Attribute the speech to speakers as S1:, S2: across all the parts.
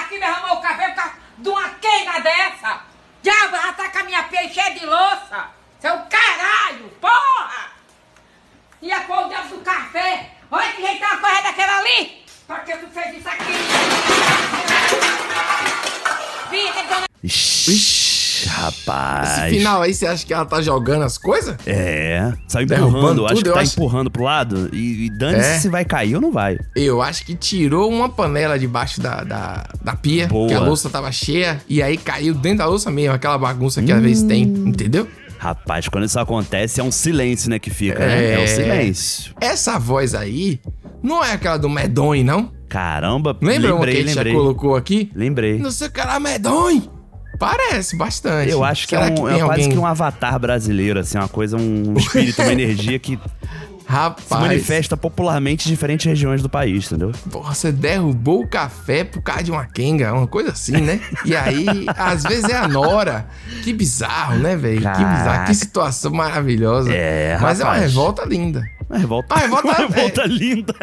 S1: aqui derramar o café por causa de uma queima dessa? Diabo, já tá com a minha pia cheia de louça. Seu caralho, porra! E a cor o diabo do café? Olha que jeito é uma coisa daquela ali! Pra que tu fez isso aqui? Vida, dona...
S2: Ixi, rapaz.
S3: Esse final aí, você acha que ela tá jogando as coisas?
S2: É. Saiu
S3: Derrubando
S2: empurrando, acho
S3: tudo,
S2: que
S3: eu
S2: tá
S3: acho.
S2: empurrando pro lado. E, e dane-se
S3: É.
S2: se vai cair ou não vai.
S3: Eu acho que tirou uma panela debaixo da, da, da pia,
S2: Boa.
S3: que a louça tava cheia, e aí caiu dentro da louça mesmo, aquela bagunça que às vezes tem,
S2: Hum.
S3: entendeu?
S2: Rapaz, quando isso acontece, é um silêncio, né, que fica, né? É um
S3: É.
S2: silêncio.
S3: Essa voz aí não é aquela do medonho, não?
S2: Caramba,
S3: Lembra uma que
S2: lembrei,
S3: ele já
S2: lembrei.
S3: colocou aqui?
S2: Lembrei.
S3: Não sei o que era medonho. Parece bastante.
S2: Eu acho que é,
S3: Será
S2: um, é
S3: tem
S2: quase
S3: alguém-
S2: que um avatar brasileiro, assim, uma coisa, um espírito, uma energia que se
S3: Rapaz,
S2: manifesta popularmente em diferentes regiões do país, entendeu?
S3: porra, você derrubou o café por causa de uma quenga, uma coisa assim, né? E aí, às vezes é a Nora. Que bizarro, né, velho? Que bizarro,
S2: Caraca.
S3: que situação maravilhosa.
S2: É,
S3: Mas é uma
S2: rapaz.
S3: revolta linda.
S2: Uma revolta,
S3: Uma Ah, é revolta-
S2: uma revolta linda.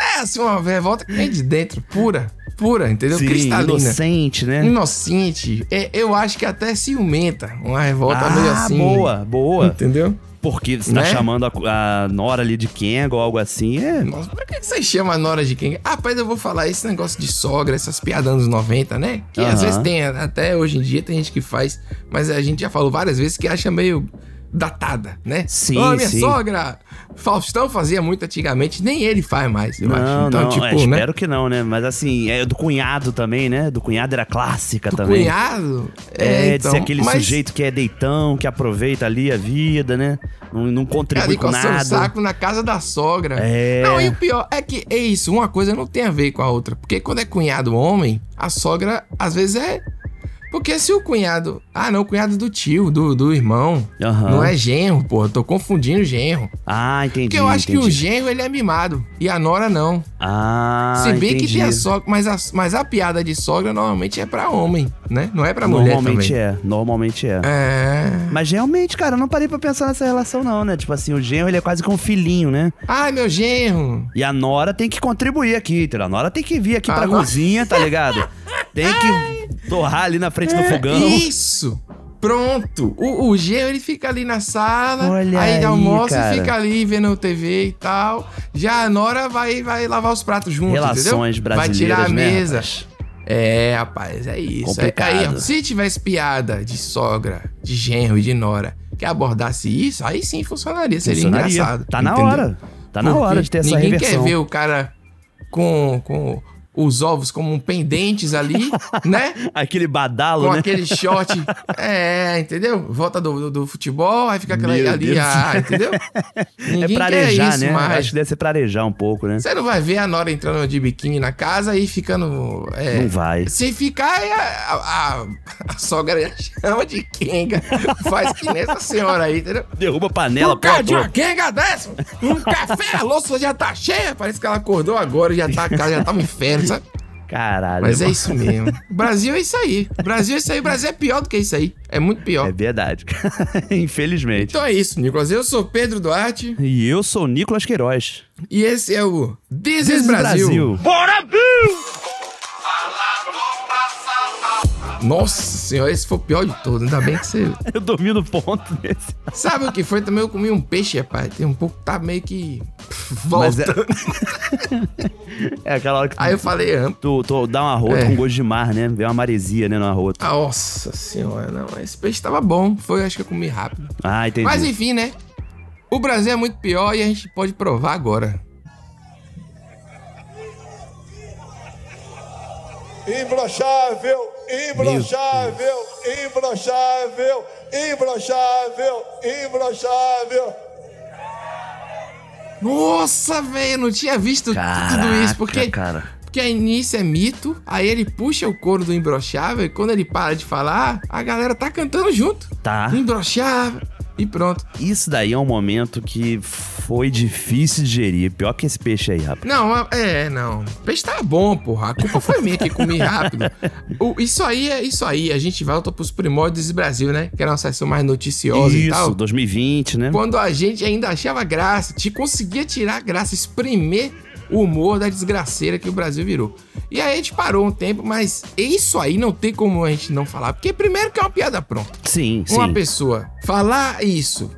S3: É, assim, uma revolta que vem de dentro, pura, pura, entendeu? Cristalina.
S2: inocente, né?
S3: Inocente. É, eu acho que até ciumenta. Uma revolta meio assim.
S2: Ah, boa, boa.
S3: Entendeu?
S2: Porque você tá
S3: Né?
S2: chamando a, a Nora ali de Kenga ou algo assim, é...
S3: Nossa, por que você chama a Nora de quem? Rapaz, eu vou falar esse negócio de sogra, essas piadas anos 90, né? Que às
S2: Aham.
S3: vezes tem, até hoje em dia tem gente que faz, mas a gente já falou várias vezes que acha meio datada, né?
S2: Sim,
S3: Ô, minha
S2: sim.
S3: sogra! Faustão fazia muito antigamente, nem ele faz mais, eu
S2: não,
S3: acho. Então,
S2: não,
S3: tipo,
S2: é,
S3: né?
S2: espero que não, né? Mas assim, é do cunhado também, né? Do cunhado era clássica
S3: Do
S2: também.
S3: cunhado.
S2: É, de
S3: então,
S2: ser aquele
S3: mas-
S2: sujeito que é deitão, que aproveita ali a vida, né? Não, não
S3: Cara,
S2: contribui
S3: e
S2: com
S3: coçando o
S2: nada.
S3: saco na casa da sogra.
S2: É.
S3: Não, e o pior é que é isso, uma coisa não tem a ver com a outra. Porque quando é cunhado homem, a sogra às vezes é. Porque se o cunhado. Ah, não, o cunhado do tio, do, do irmão.
S2: Aham.
S3: Não é genro, pô. Eu tô confundindo genro.
S2: Ah, entendi.
S3: Porque eu acho que o
S2: entendi.
S3: genro ele é mimado. E a Nora não.
S2: Ah,
S3: se bem que
S2: entendi.
S3: tem a sogra. Mas a, mas a piada de sogra normalmente é pra homem, né? Não é pra mulher
S2: Normalmente
S3: também.
S2: é, normalmente é.
S3: É.
S2: Mas realmente, cara, eu não parei pra pensar nessa relação, não, né? Tipo assim, o genro ele é quase que um filhinho, né?
S3: Ai, meu genro.
S2: E a Nora tem que contribuir aqui, entendeu? A Nora tem que vir aqui pra
S3: A Nora-
S2: cozinha, tá ligado? Tem que torrar ali na frente do fogão.
S3: Isso! Pronto! O, o Geo, ele fica ali na sala,
S2: Olha
S3: aí,
S2: aí,
S3: ele almoça
S2: cara.
S3: e fica ali vendo TV e tal. Já a Nora vai, vai lavar os pratos junto,
S2: Relações
S3: entendeu? Vai
S2: brasileiras,
S3: tirar a
S2: né,
S3: mesa.
S2: rapaz?
S3: É, rapaz, é isso. Aí- Aí, ó,
S2: Complicado.
S3: se tivesse piada de sogra, de genro e de Nora que abordasse isso, aí sim funcionaria, seria
S2: Funcionaria.
S3: engraçado.
S2: Tá na
S3: entendeu?
S2: hora. Tá na
S3: Porque
S2: hora de ter essa
S3: ninguém
S2: reversão.
S3: quer ver o cara com, com os ovos como pendentes ali, né?
S2: Aquele badalo,
S3: com
S2: né?
S3: aquele short. É, entendeu? Volta do, do, do futebol, aí fica aquela
S2: Meu
S3: ali,
S2: Deus.
S3: ah, entendeu?
S2: é
S3: Ninguém
S2: prarejar,
S3: quer isso
S2: né?
S3: mais.
S2: Acho que deve ser prarejar um pouco, né?
S3: Você não vai ver a Nora entrando de biquíni na casa e ficando. é,
S2: Não vai.
S3: Se ficar, é a, a, a sogra chama de Kenga. Faz que nem essa senhora aí, entendeu?
S2: Derruba a panela,
S3: Por causa de
S2: pô,
S3: uma quenga dessa, um café, a louça já tá cheia. Parece que ela acordou agora, já tá, a casa já tá um inferno, sabe?
S2: Caralho.
S3: Mas é
S2: mano.
S3: isso mesmo. O Brasil é isso aí. O Brasil é isso aí. O Brasil é pior do que isso aí. É muito
S2: É
S3: pior.
S2: verdade. Infelizmente.
S3: Então é isso, Nicolas. Eu sou Pedro Duarte
S2: E eu sou o Nicolas Queiroz.
S3: e esse é o This, is Brasil.
S2: Bora, Bill!
S3: Nossa senhora, esse foi o pior de todos. Ainda bem que você.
S2: Eu dormi no ponto nesse.
S3: Sabe o que foi? Também eu comi um peixe, rapaz. Tem um pouco tá meio que.
S2: Mas
S3: Volta.
S2: É aquela hora que tu,
S3: Aí eu falei, ah,
S2: tu, tu dá um arroto
S3: É.
S2: com gosto de mar, né? Vê uma maresia, né, no arroto.
S3: ah, nossa senhora, não. Esse peixe tava bom. Foi, acho que eu comi rápido.
S2: Ah, entendi.
S3: Mas enfim, né? O Brasil é muito pior e a gente pode provar agora.
S4: Imbrochável, imbrochável, imbrochável, imbrochável, imbrochável.
S3: Nossa, velho, eu não tinha visto tudo isso, porque
S2: Cara.
S3: Porque a início é mito, aí ele puxa o couro do imbrochável e quando ele para de falar, a galera tá cantando junto.
S2: Tá.
S3: Imbrochável. E pronto.
S2: Isso daí é um momento que foi difícil de gerir. Pior que esse peixe aí, rapaz.
S3: Não, é, não. O peixe tá bom, porra. A culpa foi minha que comi rápido. O- isso aí é isso aí. A gente volta pros primórdios do Brasil, né? Que era uma sessão mais noticiosa e
S2: Isso,
S3: tal.
S2: 2020, né?
S3: Quando a gente ainda achava graça, te conseguia tirar a graça, espremer o humor da desgraceira que o Brasil virou. E aí a gente parou um tempo, mas isso aí não tem como a gente não falar. Porque primeiro que é uma piada pronta.
S2: Sim, sim.
S3: Uma pessoa falar isso,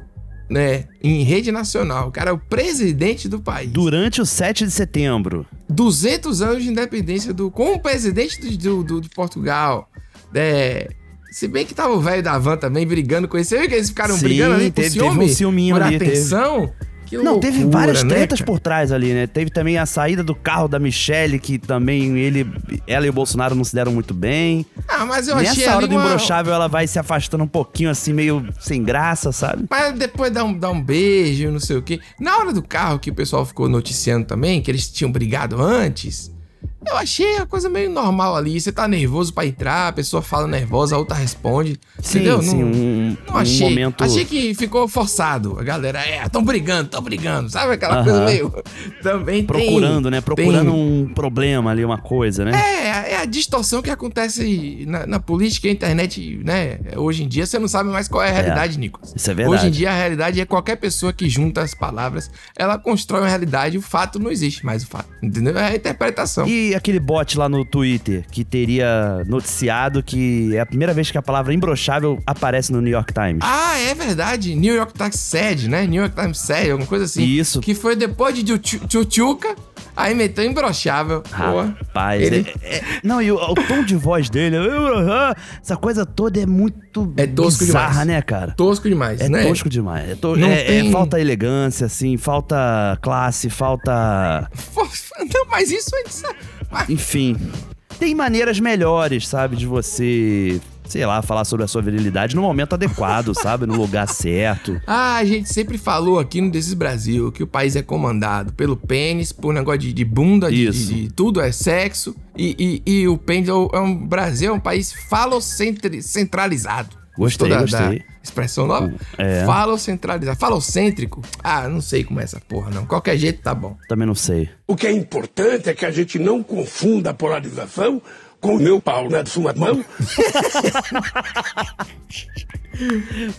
S3: né, em rede nacional, o cara é o presidente do país.
S2: Durante o 7 de setembro.
S3: 200 anos de independência do com o presidente do, do- do- de Portugal. né? se bem que tava o velho da van também brigando com esse. Você viu que eles ficaram
S2: Sim,
S3: brigando ali
S2: teve-
S3: por
S2: teve um
S3: ciúme?
S2: ciúminho
S3: por
S2: ali, teve.
S3: atenção? Que
S2: Não, teve
S3: loucura,
S2: várias
S3: né,
S2: tretas
S3: cara?
S2: por trás ali, né? Teve também a saída do carro da Michelle, que também ele, ela e o Bolsonaro não se deram muito bem.
S3: Ah, mas eu achei
S2: Nessa hora
S3: ali
S2: do
S3: uma-
S2: imbrochável, ela vai se afastando um pouquinho, assim, meio sem graça, sabe?
S3: Mas depois dá um, dá um beijo, não sei o quê. Na hora do carro que o pessoal ficou noticiando também, que eles tinham brigado antes, eu achei a coisa meio normal ali. Você tá nervoso pra entrar, a pessoa fala nervosa, a outra responde.
S2: Sim,
S3: entendeu?
S2: sim, um- um-
S3: não
S2: um
S3: achei.
S2: momento-
S3: Achei que ficou forçado. A galera, é, tão brigando, tão brigando. Sabe aquela coisa
S2: Aham.
S3: meio. Também tem-
S2: Procurando, né?
S3: tem-
S2: Procurando um problema ali, uma coisa, né?
S3: é, é a distorção que acontece na, na política e na internet, né? Hoje em dia você não sabe mais qual é a realidade, Nicolas.
S2: Isso é verdade.
S3: Hoje em dia a realidade é qualquer pessoa que junta as palavras, ela constrói uma realidade, o fato não existe mais o fato. Entendeu? É a interpretação.
S2: E aquele bot lá no Twitter que teria noticiado que é a primeira vez que a palavra imbrochável aparece no New York Times.
S3: Ah, é verdade. New York Times Sad, né? New York Times Sad, alguma coisa assim.
S2: Isso.
S3: Que foi depois de Tchu- Tchutchuca, aí meteu imbrochável. Boa.
S2: Rapaz,
S3: Ele-
S2: é- é- não, e o, o tom de voz dele, "Ah, ah", essa coisa toda é muito
S3: É tosco
S2: bizarra,
S3: demais.
S2: né, cara?
S3: Tosco demais,
S2: É
S3: né?
S2: tosco demais. É, to-
S3: Não
S2: é- é
S3: tem-
S2: falta elegância, assim, falta classe, falta.
S3: Não, mas isso é... Mas
S2: Enfim. Tem maneiras melhores, sabe, de você, sei lá, falar sobre a sua virilidade no momento adequado, sabe? No lugar certo.
S3: Ah, a gente sempre falou aqui no Desis Brasil que o país é comandado pelo pênis, por um negócio de, de bunda, de,
S2: Isso.
S3: de- de tudo é sexo. E, e- e o pênis é um- é um Brasil, é um país falocentralizado.
S2: Gostei, gostei.
S3: expressão nova?
S2: É.
S3: Falocentralizado. Falocêntrico? Ah, não sei como é essa porra, não. Qualquer jeito tá bom.
S2: Também não sei.
S5: O que é importante é que a gente não confunda a polarização com o meu pau na sua mão.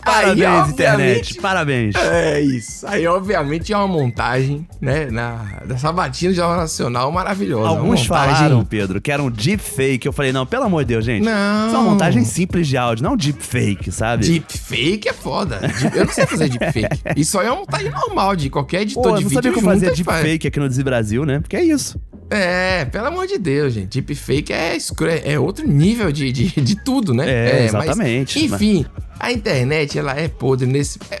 S2: Parabéns,
S3: obviamente,
S2: internet. Parabéns.
S3: É isso. Aí, obviamente, é uma montagem, né? Na, da Sabatina do Jornal Nacional maravilhosa. Uma
S2: Alguns
S3: montagem-
S2: falaram, Pedro, que era um deepfake. Eu falei, não, pelo amor de Deus, gente.
S3: Não.
S2: Isso é uma montagem simples de áudio, não deepfake, sabe?
S3: Deepfake é foda. Deep- Eu não sei fazer deepfake. Isso aí é uma montagem normal de qualquer
S2: Pô,
S3: editor
S2: eu
S3: de
S2: não
S3: vídeo.
S2: sabia como
S3: junta
S2: fazer
S3: e faz.
S2: deepfake aqui no Desi Brasil, né? Porque é isso.
S3: É, pelo amor de Deus, gente. Deepfake é, escro- é outro nível de, de, de tudo, né?
S2: É,
S3: mas,
S2: exatamente. né?
S3: enfim, a internet, ela é podre nesse... é,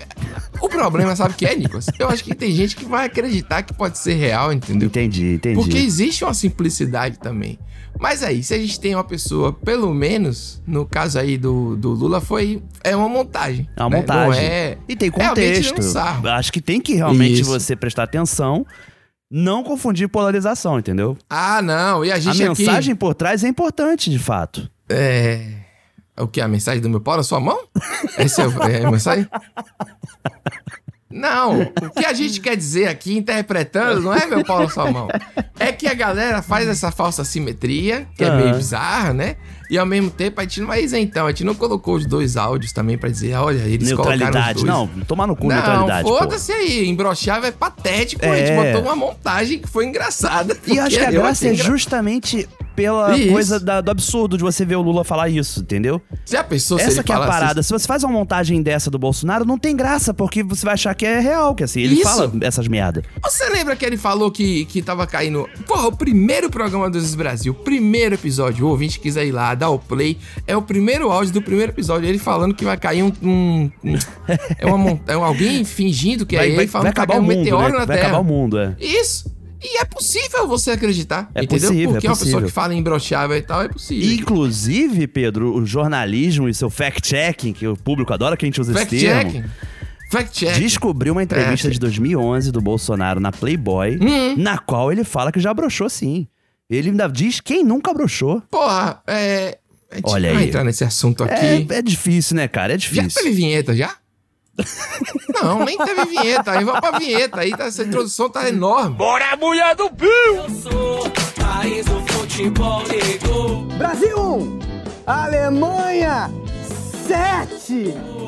S3: O problema, sabe o que é, Nicolas? Eu acho que tem gente que vai acreditar que pode ser real, entendeu?
S2: Entendi, entendi.
S3: Porque existe uma simplicidade também. Mas aí, se a gente tem uma pessoa, pelo menos, no caso aí do, do Lula, foi. É uma montagem.
S2: É uma
S3: né?
S2: montagem.
S3: Não é,
S2: E tem
S3: é alguém tirando
S2: contexto.
S3: sarro.
S2: Acho que tem que realmente
S3: Isso.
S2: você prestar atenção, não confundir polarização, entendeu?
S3: Ah, não. E a
S2: A
S3: gente aqui.
S2: mensagem por trás é importante, de fato.
S3: É. O que? A mensagem do meu pau na sua mão? Essa é o- é a mensagem? Não, o que a gente quer dizer aqui, interpretando, não é meu pau na sua mão. É que a galera faz essa falsa simetria, que é
S2: Aham.
S3: meio bizarra, né? E ao mesmo tempo a gente não é isentão, a gente não colocou os dois áudios também pra dizer, olha, eles colocaram os dois.
S2: neutralidade. Não, tomar no cu
S3: Não,
S2: neutralidade. pô.
S3: foda-se aí, embrochável é patético, a gente
S2: É.
S3: botou uma montagem que foi engraçada.
S2: E eu acho que a
S3: porque eu
S2: graça
S3: achei
S2: é
S3: engra-
S2: justamente pela
S3: Isso.
S2: coisa da- do absurdo de você ver o Lula falar isso, entendeu?
S3: Se a pessoa se
S2: Essa
S3: ele
S2: que é a
S3: falasse
S2: parada. Se você faz uma montagem dessa do Bolsonaro, não tem graça, porque você vai achar que é real, que assim, ele
S3: Isso.
S2: fala essas merda.
S3: Você lembra que ele falou que, que tava caindo. Porra, o primeiro programa do Zis Brasil, o primeiro episódio, o ouvinte quiser ir lá, dar o play. É o primeiro áudio do primeiro episódio, ele falando que vai cair um. um- um- é uma mon- é um- alguém fingindo que é
S2: vai,
S3: ele
S2: vai-
S3: falando
S2: vai
S3: que vai
S2: acabar
S3: cair
S2: o
S3: um
S2: mundo,
S3: meteoro
S2: né?
S3: na
S2: Vai
S3: Terra.
S2: acabar o mundo, é.
S3: Isso! E é possível você acreditar,
S2: É
S3: entendeu?
S2: possível, é
S3: Porque uma pessoa
S2: possível.
S3: que fala imbrochável e tal é possível.
S2: Inclusive, Pedro, o jornalismo e seu fact-checking, que o público adora que a gente usa esse termo,
S3: Fact-checking. É. Fact-checking.
S2: descobriu uma entrevista
S3: Fact.
S2: de 2011 do Bolsonaro na Playboy,
S3: Hum.
S2: na qual ele fala que já broxou sim. Ele ainda diz quem nunca broxou.
S3: Porra, é. A gente
S2: Olha
S3: vai
S2: aí.
S3: entrar nesse assunto
S2: É,
S3: aqui.
S2: é difícil, né, cara? É
S3: Já
S2: difícil.
S3: teve vinheta, já? Não, nem teve vinheta. Aí vai pra vinheta. Aí tá- essa introdução tá enorme.
S5: Bora, mulher do Bill!
S6: Brasil 1, Alemanha sete.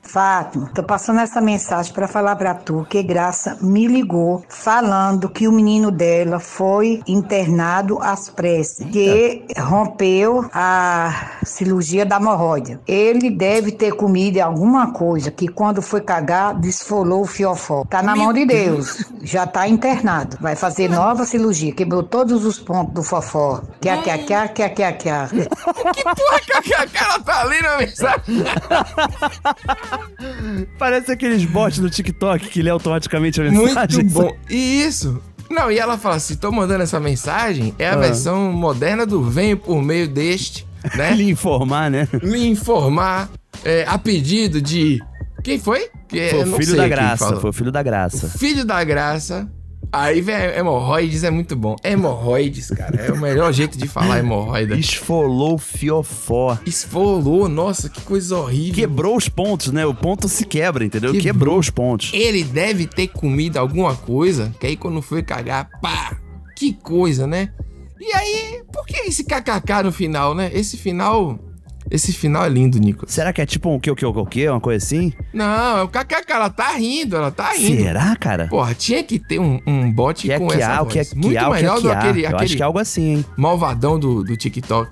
S7: Fátima, tô passando essa mensagem para falar para tu que Graça me ligou falando que o menino dela foi internado às pressas, que rompeu a cirurgia da hemorroida. Ele deve ter comido alguma coisa que quando foi cagar desfolou o fiofó. Tá na mão de Deus, já tá internado. Vai fazer nova cirurgia, quebrou todos os pontos do fofó. Que que que que que que.
S3: Que porra que a- que a cara tá ali na mensagem?
S2: Parece aqueles bots do TikTok que lê automaticamente a mensagem.
S3: Muito bom. E isso. Não, e ela fala assim: tô mandando essa mensagem, é a versão moderna do Venho por meio deste, né?
S2: Lhe informar, né?
S3: Me informar é, a pedido de. Quem foi? Que é,
S2: Foi
S3: eu
S2: o
S3: não
S2: filho
S3: sei
S2: da
S3: quem
S2: graça,
S3: falou.
S2: foi o filho da graça.
S3: Filho da graça. Aí, velho, hemorroides é muito bom. Hemorroides, cara, é o melhor jeito de falar hemorroida.
S2: Esfolou o fiofó.
S3: Esfolou, nossa, que coisa horrível.
S2: Quebrou os pontos, né? O ponto se quebra, entendeu?
S3: Quebrou.
S2: Quebrou os pontos.
S3: Ele deve ter comido alguma coisa, que aí quando foi cagar, pá! Que coisa, né? E aí, por que esse kkk no final, né? Esse final. Esse final é lindo, Nicolas.
S2: Será que é tipo um que, o que, o que, o que, uma coisa assim?
S3: Não, é o kkk, ela tá rindo, ela tá rindo.
S2: Será, cara?
S3: Porra, tinha que ter um, um bot
S2: é Que é
S3: com
S2: que
S3: essa
S2: há, o
S3: voz.
S2: que é que
S3: Muito
S2: há, o que é
S3: melhor
S2: que
S3: do
S2: há. Eu
S3: aquele,
S2: acho que
S3: aquele
S2: é algo assim, hein?
S3: malvadão do, do TikTok.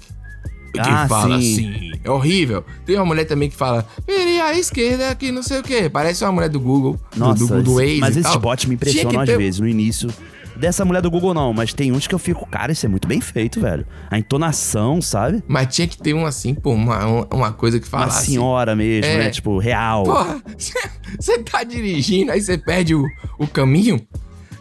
S3: Que
S2: Ah,
S3: fala
S2: sim.
S3: assim. É horrível. Tem uma mulher também que fala, virei à esquerda que não sei o quê. Parece uma mulher do Google, do-
S2: Nossa,
S3: do, do, Waze
S2: esse- mas
S3: e
S2: esses
S3: tal.
S2: bots me
S3: Tinha que
S2: impressionam às
S3: ter- um
S2: vezes, no início. Dessa mulher do Google não, mas tem uns que eu fico, cara, isso é muito bem feito, velho. A entonação, sabe?
S3: Mas tinha que ter um assim, pô, uma, um- uma coisa que
S2: Uma
S3: falasse.
S2: senhora mesmo,
S3: É.
S2: né? Tipo, real.
S3: Porra, você tá dirigindo, aí você perde o, o caminho,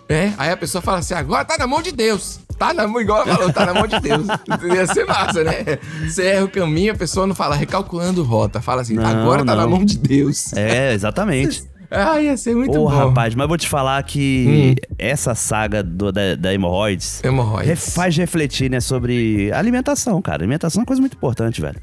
S3: né? Aí a pessoa fala assim, agora tá na mão de Deus. Tá na mão, igual ela falou, tá na mão de Deus. Ia ser massa, né? Você erra o caminho, a pessoa não fala, recalculando rota. Fala assim,
S2: Não,
S3: agora tá na
S2: não.
S3: mão de Deus.
S2: É, exatamente.
S3: Ah, ia ser muito
S2: Ô,
S3: bom. Hum.
S2: rapaz, mas vou te falar que essa saga do- da, da hemorroides re-
S3: Hemorroides.
S2: faz refletir, né, sobre alimentação, cara. Alimentação é uma coisa muito importante, velho.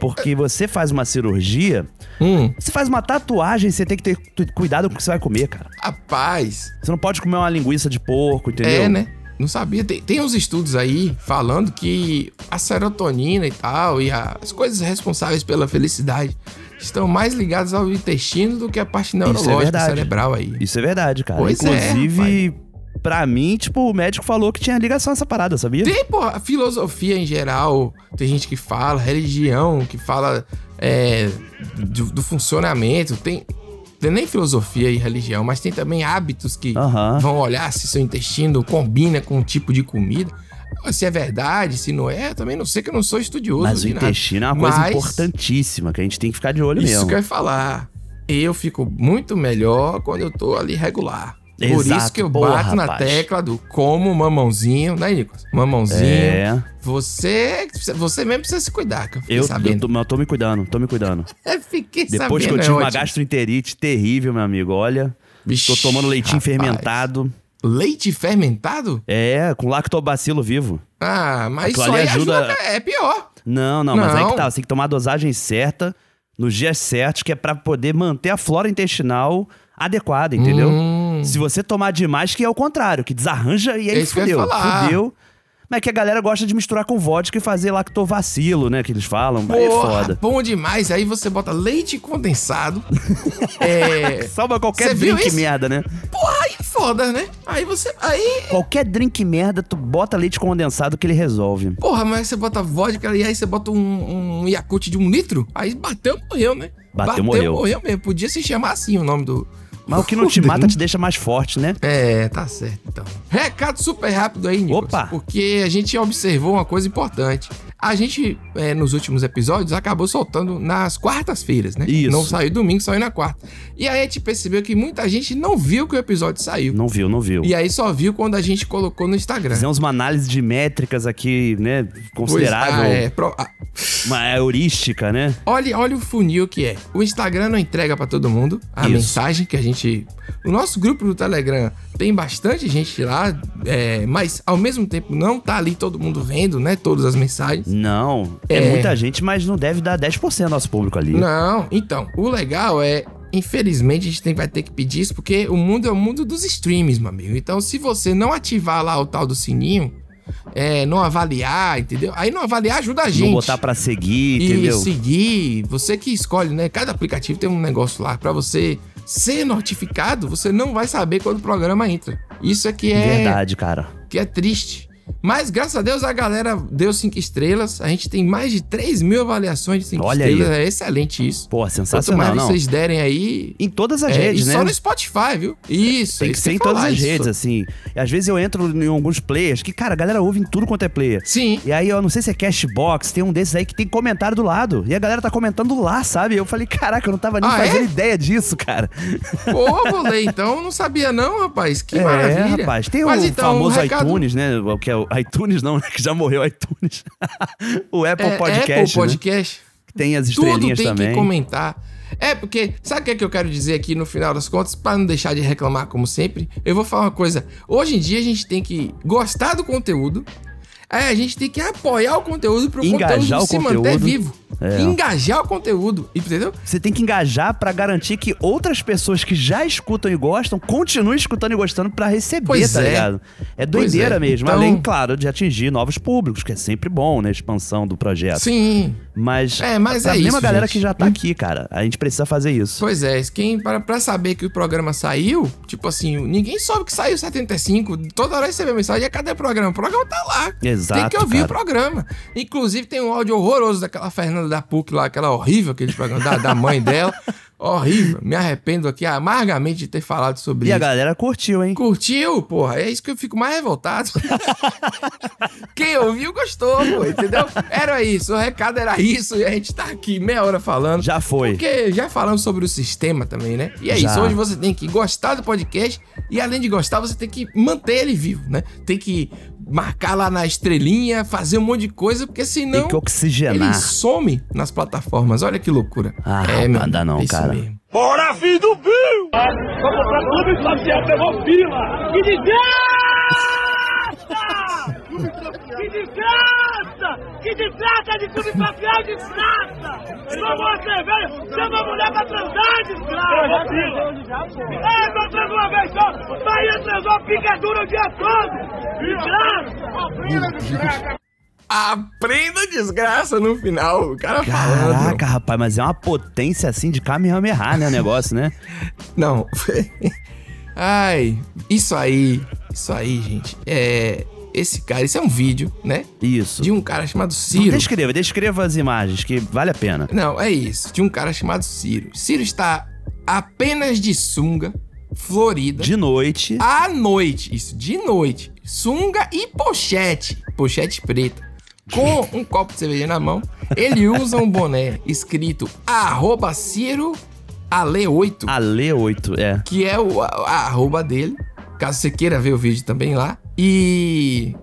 S2: Porque você faz uma cirurgia,
S3: Hum,
S2: você faz uma tatuagem, você tem que ter cu- cuidado com o que você vai comer, cara.
S3: rapaz.
S2: Você não pode comer uma linguiça de porco, entendeu?
S3: É, né? Não sabia. Tem, tem uns estudos aí falando que a serotonina e tal, e a- as coisas responsáveis pela felicidade estão mais ligadas ao intestino do que a parte neurológica
S2: é verdade.
S3: É cerebral aí.
S2: Isso é verdade, cara.
S3: Pois é,
S2: Inclusive, pra mim, tipo, o médico falou que tinha ligação essa parada, sabia?
S3: Tem, porra, a filosofia em geral, tem gente que fala, religião, que fala é, do, do funcionamento, tem, tem nem filosofia e religião, mas tem também hábitos que
S2: Aham.
S3: vão olhar se seu intestino combina com o tipo de comida. Se é verdade, se não é, eu também não sei que eu não sou estudioso.
S2: Mas o
S3: de nada.
S2: intestino é uma coisa
S3: Mas
S2: importantíssimã, que a gente tem que ficar de olho
S3: Isso
S2: mesmo.
S3: que eu ia falar. Eu fico muito melhor quando eu tô ali regular. Por
S2: Exato,
S3: isso que eu
S2: boa,
S3: bato na
S2: rapaz.
S3: tecla do como mamãozinho, né, Nicolas? Mamãozinho.
S2: É,
S3: Você, você mesmo precisa se cuidar, que eu fiquei
S2: eu, eu,
S3: sabendo.
S2: tô, eu tô me cuidando, tô me cuidando.
S3: Eu fiquei
S2: Depois que eu
S3: sabendo,
S2: tive
S3: é
S2: uma
S3: ótimo.
S2: gastroenterite terrível, meu amigo, olha. tô
S3: Vixe,
S2: tomando leitinho
S3: rapaz.
S2: fermentado.
S3: Leite fermentado?
S2: É, com lactobacilo vivo.
S3: Ah, mas
S2: Aquilo
S3: isso aí
S2: ali
S3: ajuda...
S2: ajuda-
S3: É pior.
S2: Não, não, mas aí que
S3: Não.
S2: tá. Você tem que tomar a dosagem certa, nos dias certos, que é pra poder manter a flora intestinal adequada, entendeu?
S3: Hum.
S2: Se você tomar demais, que é o contrário, que desarranja e
S3: É
S2: aí
S3: isso que eu ia
S2: fudeu.
S3: falar.
S2: Fudeu. Mas é que a galera gosta de misturar com vodka e fazer lactovacilo, né? Que eles falam. aí é
S3: Porra,
S2: foda.
S3: bom demais. Aí você bota leite condensado. é...
S2: Salva qualquer
S3: Cê viu
S2: drink
S3: isso?
S2: merda, né?
S3: Porra, aí é foda, né? Aí você... Aí...
S2: Qualquer drink merda, tu bota leite condensado que ele resolve.
S3: Porra, mas você bota vodka e aí você bota um, um Yakult de um litro. Aí bateu, morreu, né?
S2: Bateu, morreu.
S3: morreu mesmo. Podia se chamar assim o nome do...
S2: Mas o que não te
S3: do
S2: mata te deixa mais forte, né?
S3: É, tá certo então. Recado super rápido aí, Nicolas.
S2: Opa!
S3: Porque a gente observou uma coisa importante. A gente, é, nos últimos episódios, acabou soltando nas quartas-feiras, né?
S2: Isso.
S3: Não saiu domingo, saiu na quarta. E aí a gente percebeu que muita gente não viu que o episódio saiu.
S2: Não viu, não viu.
S3: E aí só viu quando a gente colocou no Instagram.
S2: Fizemos uma análise de métricas aqui, né?
S3: Pois-
S2: Considerável.
S3: ah, é, pro- a-
S2: Uma heurística, né?
S3: Olha, olha o funil que é. O Instagram não entrega pra todo mundo a
S2: Isso.
S3: mensagem que a gente. O nosso grupo do Telegram tem bastante gente lá, é, mas ao mesmo tempo não tá ali todo mundo vendo, né? Todas as mensagens.
S2: Não. É,
S3: É.
S2: muita gente, mas não deve dar 10% do nosso público ali.
S3: Não, então, o legal é. Infelizmente, a gente tem, vai ter que pedir isso, porque o mundo é o mundo dos streams, meu amigo. Então, se você não ativar lá o tal do sininho, é, não avaliar, entendeu? Aí não avaliar ajuda a gente.
S2: Não botar pra seguir, entendeu?
S3: E seguir, você que escolhe, né? Cada aplicativo tem um negócio lá pra você ser notificado, você não vai saber quando o programa entra. Isso é que é,
S2: Verdade, cara.
S3: que é triste. Mas graças a Deus a galera deu cinco estrelas. A gente tem mais de 3 mil avaliações de 5
S2: Olha
S3: estrelas. É excelente isso.
S2: Pô,
S3: Quanto
S2: sensacional,
S3: mais
S2: não.
S3: vocês derem aí.
S2: Em todas as
S3: é,
S2: redes,
S3: e
S2: né?
S3: só no Spotify, viu? Isso.
S2: Tem
S3: é
S2: que
S3: isso
S2: ser
S3: eu
S2: em
S3: ia falar,
S2: todas as
S3: isso.
S2: redes, assim. E às vezes eu entro em alguns players que, cara, a galera ouve em tudo quanto é player.
S3: Sim.
S2: E aí, eu não sei se é Cashbox, tem um desses aí que tem comentário do lado. E a galera tá comentando lá, sabe? Eu falei, caraca, eu não tava nem
S3: Ah, é?
S2: fazendo ideia disso, cara.
S3: Pô, bolei, então não sabia não, rapaz. Que
S2: é,
S3: maravilha.
S2: rapaz. Tem
S3: Mas
S2: o
S3: então,
S2: famoso
S3: recado-
S2: iTunes, né? O que é o iTunes não, né? Que já morreu o iTunes. o Apple
S3: É,
S2: Podcast,
S3: Apple
S2: né?
S3: Podcast.
S2: Que tem as
S3: Tudo
S2: estrelinhas
S3: tem
S2: também.
S3: que comentar. É, porque sabe o que, é que eu quero dizer aqui no final das contas? Pra não deixar de reclamar, como sempre, eu vou falar uma coisa. Hoje em dia a gente tem que gostar do conteúdo. É, a gente tem que apoiar o conteúdo pro
S2: Engajar
S3: conteúdo
S2: o
S3: se
S2: conteúdo.
S3: manter vivo.
S2: É.
S3: Engajar o conteúdo, entendeu?
S2: Você tem que engajar pra garantir que outras pessoas que já escutam e gostam continuem escutando e gostando pra receber,
S3: Pois
S2: tá
S3: é.
S2: ligado? É
S3: Pois
S2: doideira
S3: é.
S2: mesmo.
S3: Então-
S2: Além, claro, de atingir novos públicos, que é sempre bom, né? A expansão do projeto.
S3: Sim.
S2: Mas,
S3: É, mas
S2: a
S3: é
S2: mesma
S3: isso,
S2: galera
S3: gente.
S2: que já tá aqui, cara, a gente precisa fazer isso.
S3: Pois é, quem para pra saber que o programa saiu, tipo assim, ninguém soube que saiu 75, toda hora recebeu mensagem, "E cadê o programa? O programa tá lá.
S2: Exato,
S3: Tem que ouvir
S2: cara.
S3: o programa. Inclusive tem um áudio horroroso daquela Fernanda da PUC lá, aquela horrível, aquele programa da, da mãe dela. Horrível. Me arrependo aqui amargamente de ter falado sobre
S2: E a
S3: isso.
S2: galera curtiu, hein?
S3: Curtiu, porra? É isso que eu fico mais revoltado. Quem ouviu gostou, pô, entendeu? Era isso, o recado era isso, e a gente tá aqui meia hora falando.
S2: Já foi.
S3: Porque já falamos sobre o sistema também, né? E é
S2: Já.
S3: isso, hoje você tem que gostar do podcast e além de gostar, você tem que manter ele vivo, né? Tem que marcar lá na estrelinha, fazer um monte de coisa, porque senão
S2: Tem que oxigenar.
S3: ele some nas plataformas. Olha que loucura.
S2: Ah,
S3: meu
S2: não dá não,
S3: é isso
S2: cara.
S3: mesmo.
S5: Bora, filho do Bill! Vamos pra Clube Social, pegou fila! Que desgraça! Que desgraça! Que desgraça de Clube Social, desgraça! Tomou uma cerveja, chama a mulher pra transar, desgraça! É, só transou uma vez só! Bahia transou, fica dura o dia todo! Desgraça!
S3: Aprenda desgraça no final. O cara falando.
S2: Caraca, rapaz, mas é uma potência assim de Kamehameha, né? O negócio, né?
S3: Não. Ai, isso aí. Isso aí, gente. É. Esse cara, isso é um vídeo, né?
S2: Isso.
S3: De um cara chamado
S2: Então,
S3: Ciro.
S2: Descreva, descreva as imagens, que vale a pena.
S3: Não, é isso. De um cara chamado Ciro. Ciro está apenas de sunga, florida.
S2: De noite.
S3: À noite, isso, de noite. Sunga e pochete. Pochete preta. Com um copo de cerveja na mão, ele usa um boné escrito arroba Ciro Ale8.
S2: Ale 8, é.
S3: que é o, a, a arroba dele. Caso você queira ver o vídeo também lá. E.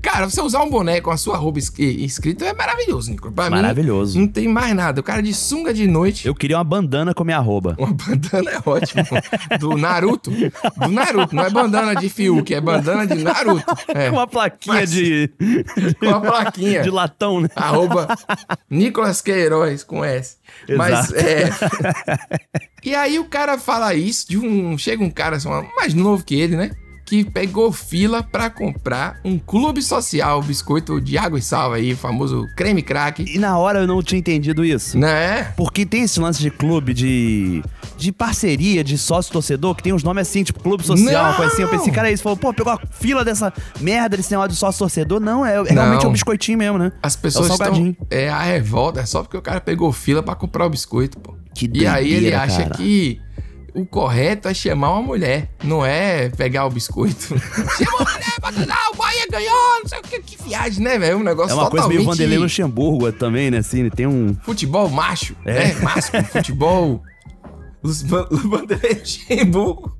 S3: Cara, você usar um boné com a sua arroba es- e- escrita é maravilhoso, Nico. Pra
S2: Maravilhoso.
S3: Mim, não tem mais nada. O cara de sunga de noite.
S2: Eu queria uma bandana com a minha arroba.
S3: Uma bandana é ótimo. Do Naruto. Do Naruto. Não é bandana de Fiuk, é bandana de Naruto. É.
S2: Uma plaquinha
S3: Mas-
S2: de.
S3: Uma plaquinha.
S2: de latão, né?
S3: Arroba Nicolas Queiroz com S. Mas
S2: Exato.
S3: é. e aí o cara fala isso de um. Chega um cara assim, mais novo que ele, né? Que pegou fila pra comprar um clube social, biscoito de água e sal aí, o famoso creme crack.
S2: E na hora eu não tinha entendido isso.
S3: Né?
S2: Porque tem esse lance de clube, de. de parceria, de sócio-torcedor, que tem uns nomes assim, tipo clube social,
S3: Não!
S2: uma coisa assim. Eu pensei, cara, isso falou, pô, pegou a fila dessa merda desse negócio de sócio-torcedor. Não, é, é realmente um biscoitinho mesmo, né?
S3: As pessoas
S2: É o
S3: estão.
S2: salgadinho.
S3: É a revolta, é só porque o cara pegou fila pra comprar o biscoito, pô.
S2: Que
S3: e aí ele
S2: doideira,
S3: acha
S2: cara.
S3: que o correto é chamar uma mulher, não é pegar o biscoito. Chama uma mulher pra ganhar, o Bahia ganhou, não sei o que, que viagem, né, velho? Um negócio
S2: É uma coisa
S3: totalmente
S2: meio Vanderlei Luxemburgo também, né? Assim, tem um.
S3: futebol macho,
S2: É.
S3: né? Másculo, futebol. Os Van- o Vanderlei Luxemburgo,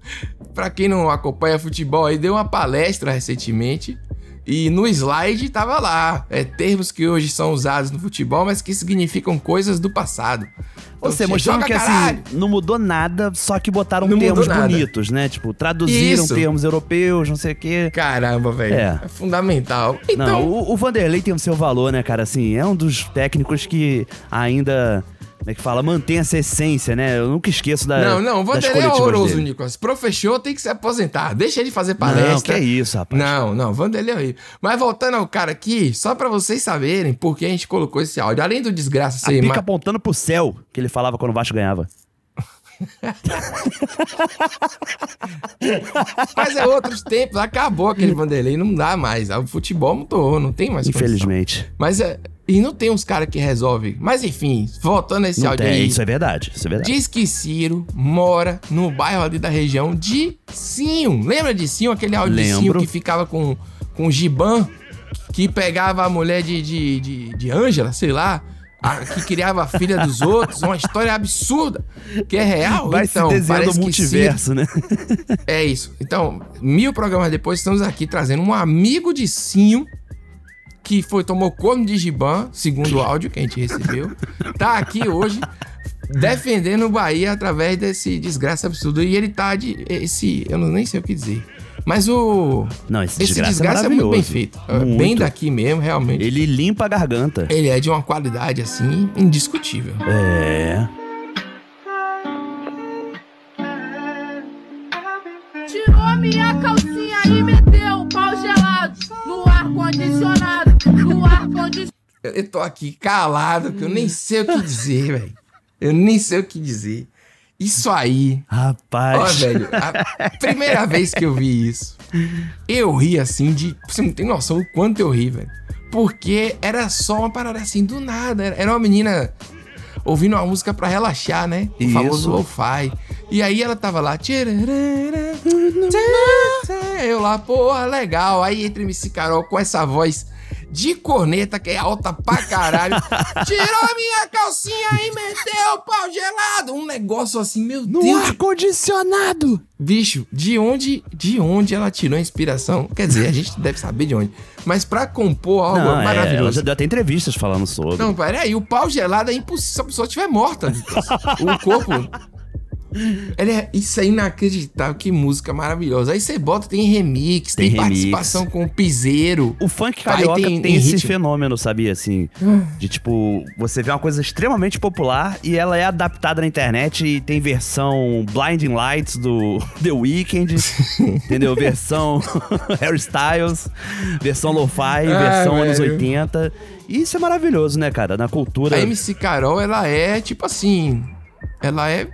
S3: pra quem não acompanha futebol aí, deu uma palestra recentemente E no slide tava lá, é, termos que hoje são usados no futebol, mas que significam coisas do passado.
S2: Ou
S3: Então,
S2: seja,
S3: você
S2: mostrando
S3: joga
S2: que
S3: caralho.
S2: assim, não mudou nada, só que botaram
S3: Não mudou
S2: termos
S3: nada.
S2: bonitos, né? Tipo, traduziram
S3: Isso.
S2: termos europeus, não sei o quê.
S3: Caramba, velho.
S2: É.
S3: É. fundamental. Então,
S2: Não, o, o Vanderlei tem o seu valor, né, cara? Assim, é um dos técnicos que ainda, como é que fala, mantém essa essência, né? Eu nunca esqueço da.
S3: Não, não, o
S2: das
S3: Vanderlei é
S2: coletivas
S3: horroroso,
S2: dele.
S3: Nicolas. Professor tem que se aposentar. Deixa ele fazer palestra.
S2: Não, que é isso, rapaz.
S3: Não, não, Vanderlei é horrível. Mas voltando ao cara aqui, só pra vocês saberem por que a gente colocou esse áudio. Além do desgraça
S2: A
S3: ser
S2: pica
S3: ma-
S2: apontando pro céu, que ele falava quando o Vasco ganhava.
S3: Mas é outros tempos, acabou aquele Vanderlei, não dá mais. O futebol mudou, não tem mais condição.
S2: Infelizmente.
S3: Mas é. E não tem uns caras que resolvem. Mas enfim, voltando a esse
S2: Não
S3: áudio
S2: tem,
S3: aí.
S2: isso é verdade, isso é verdade.
S3: Diz que Ciro mora no bairro ali da região de Sinho. Lembra de Sinho? Aquele áudio de Sinho
S2: Lembro.
S3: que ficava com, com Giban, que pegava a mulher de Ângela, de, de Ângela, sei lá, a- que criava a filha dos outros. Uma história absurda, que é real.
S2: Vai
S3: então,
S2: se desenhando o
S3: parece que Ciro-
S2: multiverso, né?
S3: é isso. Então, mil programas depois, estamos aqui trazendo um amigo de Sinho que foi tomou corno de Giban, segundo o áudio que a gente recebeu. Tá aqui hoje defendendo o Bahia através desse desgraça absurdo. E ele tá de. Esse. Eu não, nem sei o que dizer. Mas o.
S2: Não, esse
S3: Esse
S2: desgraça,
S3: desgraça, é,
S2: é
S3: muito
S2: maravilhoso.
S3: bem feito. É Bem
S2: Muito.
S3: daqui mesmo, realmente.
S2: Ele limpa a garganta.
S3: Ele é de uma qualidade assim indiscutível.
S2: É.
S5: Tirou minha calcinha e meteu o pau gelado no ar-condicionado, no ar-condicionado.
S3: Eu, eu tô aqui calado, que eu nem sei o que dizer, velho. Eu nem sei o que dizer. Isso aí Ó,
S2: Rapaz.
S3: velho, a primeira vez que eu vi isso, eu ri assim de. Você não tem noção o quanto eu ri, velho. Porque era só uma parada assim do nada. Era era uma menina ouvindo uma música pra relaxar, né? O
S2: Isso.
S3: famoso lo-fi. E aí ela tava lá. "Tchararara, tchararara". Eu lá, porra, legal. Aí entra MC Carol com essa voz. De corneta, que é alta pra caralho. Tirou minha calcinha e meteu o pau gelado. Um negócio assim, meu
S5: é?
S3: Deus.
S2: ar-condicionado.
S3: Bicho, de onde, de onde ela tirou a inspiração? Quer dizer, a gente deve saber de onde. Mas pra compor algo
S2: Não, é, ela já
S3: maravilhoso.
S2: deu até entrevistas falando sobre.
S3: Não, peraí, o pau gelado é impossível se a pessoa estiver morta. Nicolas. o corpo. Ele é, isso é inacreditável, que música maravilhosa. Aí você bota, tem remix, tem,
S2: Tem remix.
S3: participação com o piseiro.
S2: O funk
S3: Vai,
S2: carioca
S3: tem-
S2: tem,
S3: tem
S2: esse
S3: ritmo. Ah.
S2: fenômeno, sabia? Assim, de tipo, você vê uma coisa extremamente popular e ela é adaptada na internet e tem versão Blinding Lights do The Weeknd, entendeu? Versão Harry Styles, versão lo-fi, versão anos
S3: Ah, velho.
S2: 80. E isso é maravilhoso, né, cara? Na cultura.
S3: A MC Carol, ela é tipo assim. Ela é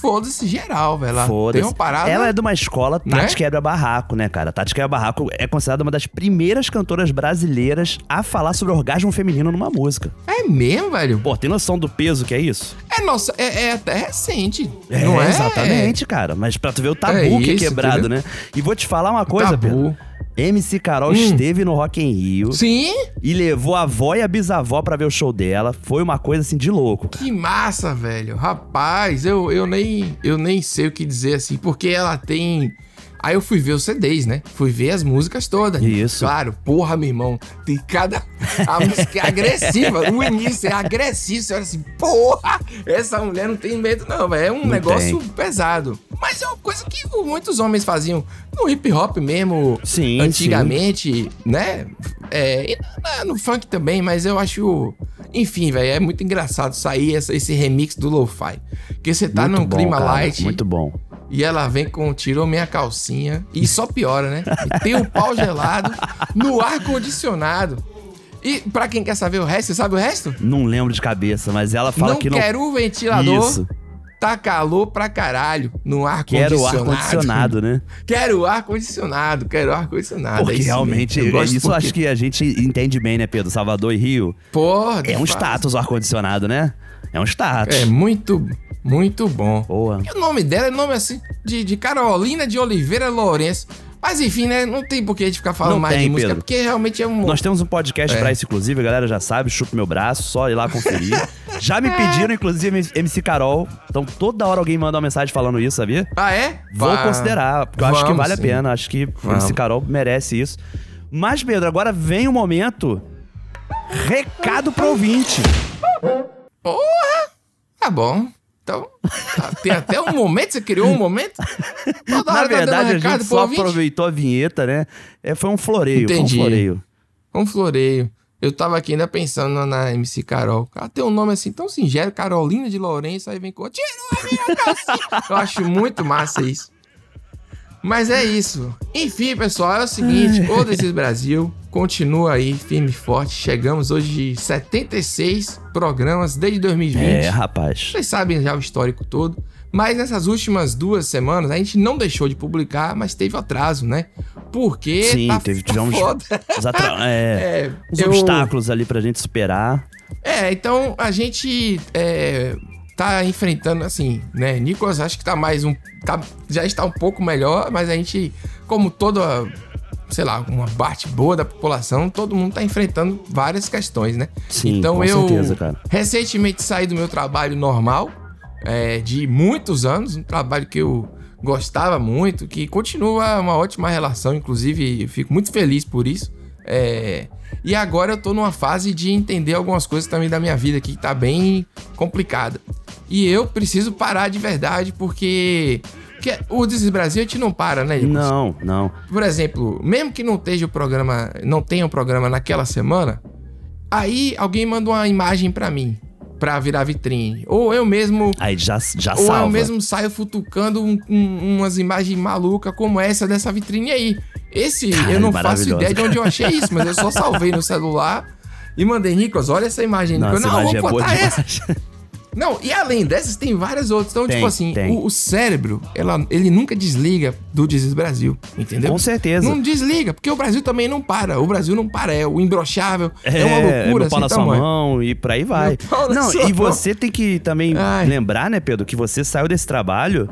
S3: foda-se geral, velho. Ela
S2: Foda-se.
S3: Tem uma parada.
S2: Ela é de uma escola Tati
S3: Né?
S2: Quebra Barraco, né, cara? Tati Quebra Barraco é considerada uma das primeiras cantoras brasileiras a falar sobre orgasmo feminino numa música.
S3: é mesmo, velho.
S2: Pô, tem noção do peso que é isso?
S3: É nossa, é, é até recente. não é?
S2: Exatamente, cara. Mas pra tu ver o tabu
S3: É
S2: que é
S3: isso,
S2: quebrado,
S3: entendeu?
S2: né? E vou te falar uma coisa,
S3: Tabu. Hum.
S2: Pedro. MC Carol esteve no Rock em Rio
S3: Sim?
S2: e levou a avó e a bisavó pra ver o show dela. Foi uma coisa assim de louco.
S3: Que massa, velho. Rapaz, eu, eu, nem, eu nem sei o que dizer assim, porque ela tem. Aí eu fui ver os CDs, né? Fui ver as músicas todas.
S2: Isso.
S3: Claro, porra, meu irmão. Tem cada. A música é agressiva. o início é agressivo. Você olha assim, porra, essa mulher não tem medo, não, velho. É um
S2: Não
S3: negócio pesado. Mas é uma coisa que muitos homens faziam no hip hop mesmo.
S2: Sim,
S3: Antigamente, né? É, e na- no funk também, mas eu acho. Enfim, velho, é muito engraçado sair essa- esse remix do lo-fi. Porque você tá
S2: muito
S3: num
S2: bom,
S3: clima
S2: cara.
S3: light
S2: Muito bom.
S3: e ela vem com tirou minha calcinha e só piora, né? E tem o pau gelado no ar-condicionado. E pra quem quer saber o resto, você sabe o resto?
S2: Não lembro de cabeça, mas ela fala
S3: não
S2: que não
S3: quero o ventilador.
S2: Isso.
S3: Tá calor pra caralho no ar-condicionado.
S2: quero o ar-condicionado, né?
S3: Quero o ar-condicionado, quero o ar-condicionado.
S2: Porque
S3: é isso mesmo.
S2: realmente,
S3: Eu
S2: é
S3: gosto
S2: isso
S3: porque-
S2: acho que a gente entende bem, né, Pedro? Salvador e Rio.
S3: Porra, de
S2: É um
S3: fato.
S2: status o ar-condicionado, né? É um status.
S3: É muito, muito bom.
S2: Boa.
S3: E o nome dela é nome assim de, de Carolina de Oliveira Lourenço. Mas enfim, né? Não tem por que a gente ficar falando
S2: Não
S3: mais de
S2: tem,
S3: música,
S2: Pedro.
S3: porque realmente é um.
S2: Nós temos um podcast
S3: É.
S2: pra isso, inclusive, a galera já sabe, chupa meu braço, só ir lá conferir. já me pediram, inclusive, MC Carol. Então, toda hora alguém manda uma mensagem falando isso, sabia?
S3: Ah, é?
S2: Vou
S3: Vá.
S2: considerar, porque eu acho que
S3: Vamos
S2: vale
S3: sim.
S2: a pena. Acho que
S3: Vamos.
S2: MC Carol merece isso. Mas, Pedro, agora vem o momento. Recado pro ouvinte.
S3: Porra! Tá bom. Então, tá- tem até um momento, você criou um momento? Toda
S2: Na
S3: hora tá dando
S2: verdade, a
S3: recado
S2: gente
S3: pro
S2: só
S3: ouvinte?
S2: aproveitou a vinheta, né? É, foi um floreio.
S3: Entendi.
S2: Foi um floreio.
S3: Um floreio. Eu tava aqui ainda pensando na MC Carol. Ela tem um nome assim tão singelo, Carolina de Lourenço, aí vem com... Tirou a minha calcinha! Eu acho muito massa isso. Mas é isso. Enfim, pessoal, é o seguinte. O Desis Brasil continua aí, firme e forte. Chegamos hoje de 76 programas desde 2020.
S2: É, rapaz.
S3: Vocês sabem já o histórico todo. Mas nessas últimas duas semanas, a gente não deixou de publicar, mas teve atraso, né? Porque
S2: Sim,
S3: tá
S2: teve,
S3: tá
S2: tivemos
S3: foda.
S2: os atra- é,
S3: É,
S2: uns
S3: eu-
S2: obstáculos ali pra gente superar.
S3: É, então a gente é, tá enfrentando assim, né? Nicolas acho que tá mais um. tá- já está um pouco melhor, mas a gente, como toda, sei lá, uma parte boa da população, todo mundo tá enfrentando várias questões, né?
S2: Sim,
S3: então
S2: com
S3: eu
S2: certeza, cara.
S3: recentemente saí do meu trabalho normal, é, de muitos anos, um trabalho que eu gostava muito, que continua uma ótima relação, inclusive eu fico muito feliz por isso. É, e agora eu tô numa fase de entender algumas coisas também da minha vida que tá bem complicada. E eu preciso parar de verdade, porque, porque o Desis Brasil a gente não para, né? Nicolas?
S2: Não, não.
S3: Por exemplo, mesmo que não esteja o programa, não tenha o programa naquela semana, aí alguém manda uma imagem pra mim, pra virar vitrine. Ou eu mesmo,
S2: Aí já, já
S3: ou eu
S2: salva.
S3: mesmo saio futucando um- um- umas imagens malucas como essa dessa vitrine aí. Esse, eu
S2: Caralho,
S3: não faço
S2: maravilhoso.
S3: ideia de onde eu achei isso, mas eu só salvei no celular e mandei, Nicolas, olha essa imagem.
S2: Nossa,
S3: Nicolas, não,
S2: imagem é
S3: vou
S2: boa
S3: botar essa.
S2: demais.
S3: Não, e além dessas, tem várias outras. Então,
S2: Tem,
S3: tipo assim,
S2: tem.
S3: o, o cérebro, ela- ele nunca desliga do Desis Brasil, entendeu?
S2: Com certeza.
S3: Não desliga, porque o Brasil também não para. O Brasil não para, é o imbrochável, é, uma loucura
S2: no pau na
S3: sem
S2: sua
S3: tamanho.
S2: mão e por aí vai.
S3: No pau na
S2: Não,
S3: sua
S2: e
S3: mão.
S2: você tem que também
S3: Ai.
S2: lembrar, né, Pedro, que você saiu desse trabalho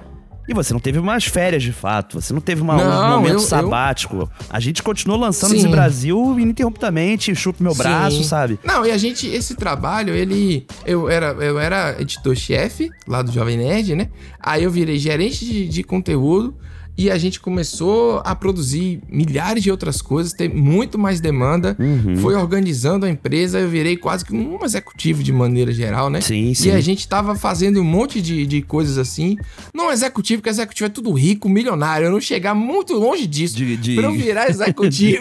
S2: e você não teve umas férias de fato. Você não teve uma- um
S3: Não,
S2: momento
S3: eu-
S2: sabático. A gente continuou lançando
S3: Sim.
S2: esse Brasil ininterruptamente, chupa meu braço,
S3: Sim.
S2: sabe?
S3: Não, e a gente, esse trabalho, ele. Eu era, eu era editor-chefe lá do Jovem Nerd, né? Aí eu virei gerente de, de conteúdo e a gente começou a produzir milhares de outras coisas, ter muito mais demanda.
S2: Uhum.
S3: Foi organizando a empresa, eu virei quase que um executivo de maneira geral, né?
S2: Sim,
S3: E a
S2: sim.
S3: gente tava fazendo um monte de, de coisas assim. Não executivo, porque executivo é tudo rico, milionário. Eu não chegar muito longe disso.
S2: De- de-
S3: Pra eu virar executivo.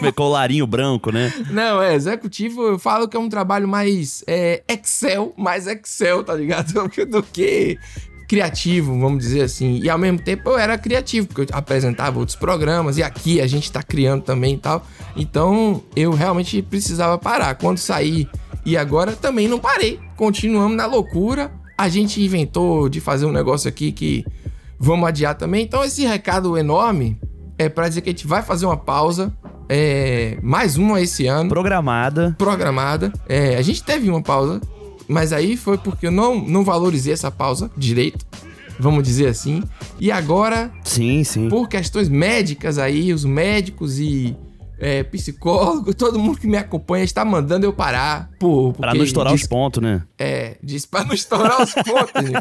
S2: De colarinho branco, né?
S3: Não, é, executivo, eu falo que é um trabalho mais é, Excel, mais Excel, tá ligado? Do que criativo, vamos dizer assim. E ao mesmo tempo eu era criativo, porque eu apresentava outros programas e aqui a gente tá criando também e tal. Então eu realmente precisava parar. Quando saí e agora também não parei. Continuamos na loucura. A gente inventou de fazer um negócio aqui que vamos adiar também. Então esse recado enorme é pra dizer que a gente vai fazer uma pausa. É, mais uma esse ano
S2: Programada.
S3: programada. É, a gente teve uma pausa, mas aí foi porque eu não, não valorizei essa pausa direito, vamos dizer assim. E agora,
S2: Sim, sim.
S3: por questões médicas aí, os médicos e é, psicólogo, todo mundo que me acompanha está mandando eu parar. Por,
S2: Pra
S3: porque
S2: não estourar
S3: diz,
S2: os pontos, né?
S3: É, diz pra não estourar os pontos. né?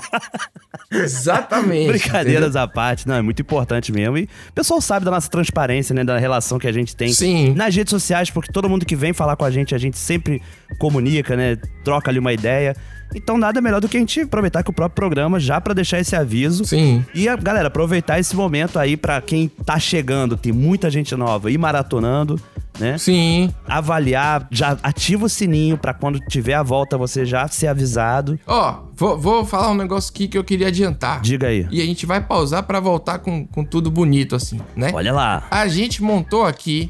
S3: Exatamente.
S2: Brincadeiras à parte, não, é muito importante mesmo. E o pessoal sabe da nossa transparência, né? Da relação que a gente tem
S3: Sim.
S2: nas redes sociais, porque todo mundo que vem falar com a gente, a gente sempre comunica, né? Troca ali uma ideia. Então nada melhor do que a gente aproveitar que o próprio programa já pra deixar esse aviso.
S3: Sim.
S2: E, a- galera, aproveitar esse momento aí pra quem tá chegando, tem muita gente nova e maratonando, né?
S3: Sim.
S2: Avaliar, já ativa o sininho pra quando tiver a volta você já ser avisado.
S3: Ó, vou, vou falar um negócio aqui que eu queria adiantar.
S2: Diga aí.
S3: E a gente vai pausar pra voltar com, com tudo bonito, assim, né?
S2: Olha lá.
S3: A gente montou aqui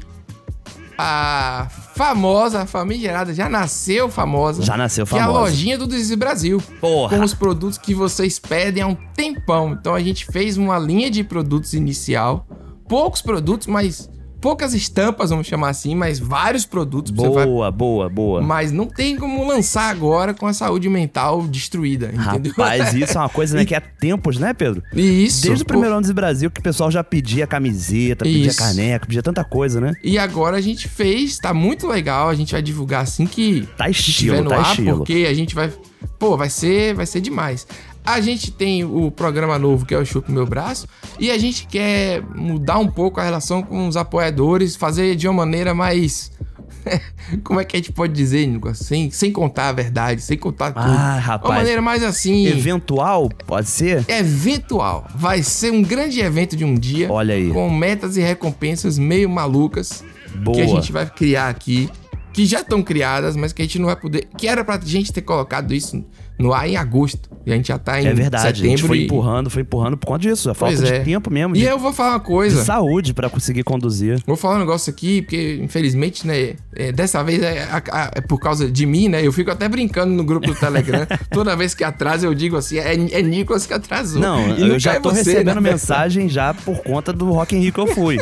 S3: a famosa, a famigerada, já nasceu famosa.
S2: Já nasceu
S3: Que é a
S2: famosa.
S3: lojinha do Desi Brasil.
S2: Porra.
S3: Com os produtos que vocês pedem há um tempão. Então a gente fez uma linha de produtos inicial. Poucos produtos, mas. Poucas estampas, vamos chamar assim, mas vários produtos. pra Você vai
S2: Boa, boa, boa.
S3: mas não tem como lançar agora com a saúde mental destruída, entendeu?
S2: Rapaz, isso é uma coisa né, que há tempos, né, Pedro?
S3: E isso.
S2: Desde o
S3: pô,
S2: primeiro ano do Brasil que o pessoal já pedia camiseta, pedia
S3: Isso.
S2: caneca, pedia tanta coisa, né?
S3: E agora a gente fez, tá muito legal. A gente vai divulgar assim que
S2: Tá
S3: estiver
S2: estilo,
S3: no
S2: tá
S3: ar,
S2: estilo.
S3: porque a gente vai. Pô, vai ser, vai ser demais. A gente tem o programa novo, que é o Chupa o Meu Braço, e a gente quer mudar um pouco a relação com os apoiadores, fazer de uma maneira mais. Como é que a gente pode dizer, Nico? Sem, sem contar a verdade, sem contar tudo.
S2: Ah, rapaz.
S3: Uma maneira mais assim.
S2: Eventual, pode ser?
S3: Eventual. Vai ser um grande evento de um dia.
S2: Olha aí.
S3: Com metas e recompensas meio malucas.
S2: Boa.
S3: Que a gente vai criar aqui. Que já estão criadas, mas que a gente não vai poder. Que era pra gente ter colocado isso no ar em agosto. E a gente já tá em
S2: É verdade.
S3: setembro.
S2: A gente foi
S3: e-
S2: empurrando, foi empurrando por conta disso. A falta
S3: Pois é.
S2: de tempo mesmo,
S3: E
S2: de,
S3: eu vou falar uma
S2: de
S3: coisa.
S2: saúde pra conseguir conduzir.
S3: Vou falar um negócio aqui, porque infelizmente, né, é, dessa vez é, a- a- é por causa de mim, né? Eu fico até brincando no grupo do Telegram. Toda vez que atrasa, eu digo assim, é, é Nicolas que atrasou.
S2: Não,
S3: E
S2: eu
S3: nunca
S2: já
S3: é
S2: tô
S3: você,
S2: recebendo
S3: né?
S2: mensagem já por conta do Rock in Rio que eu fui.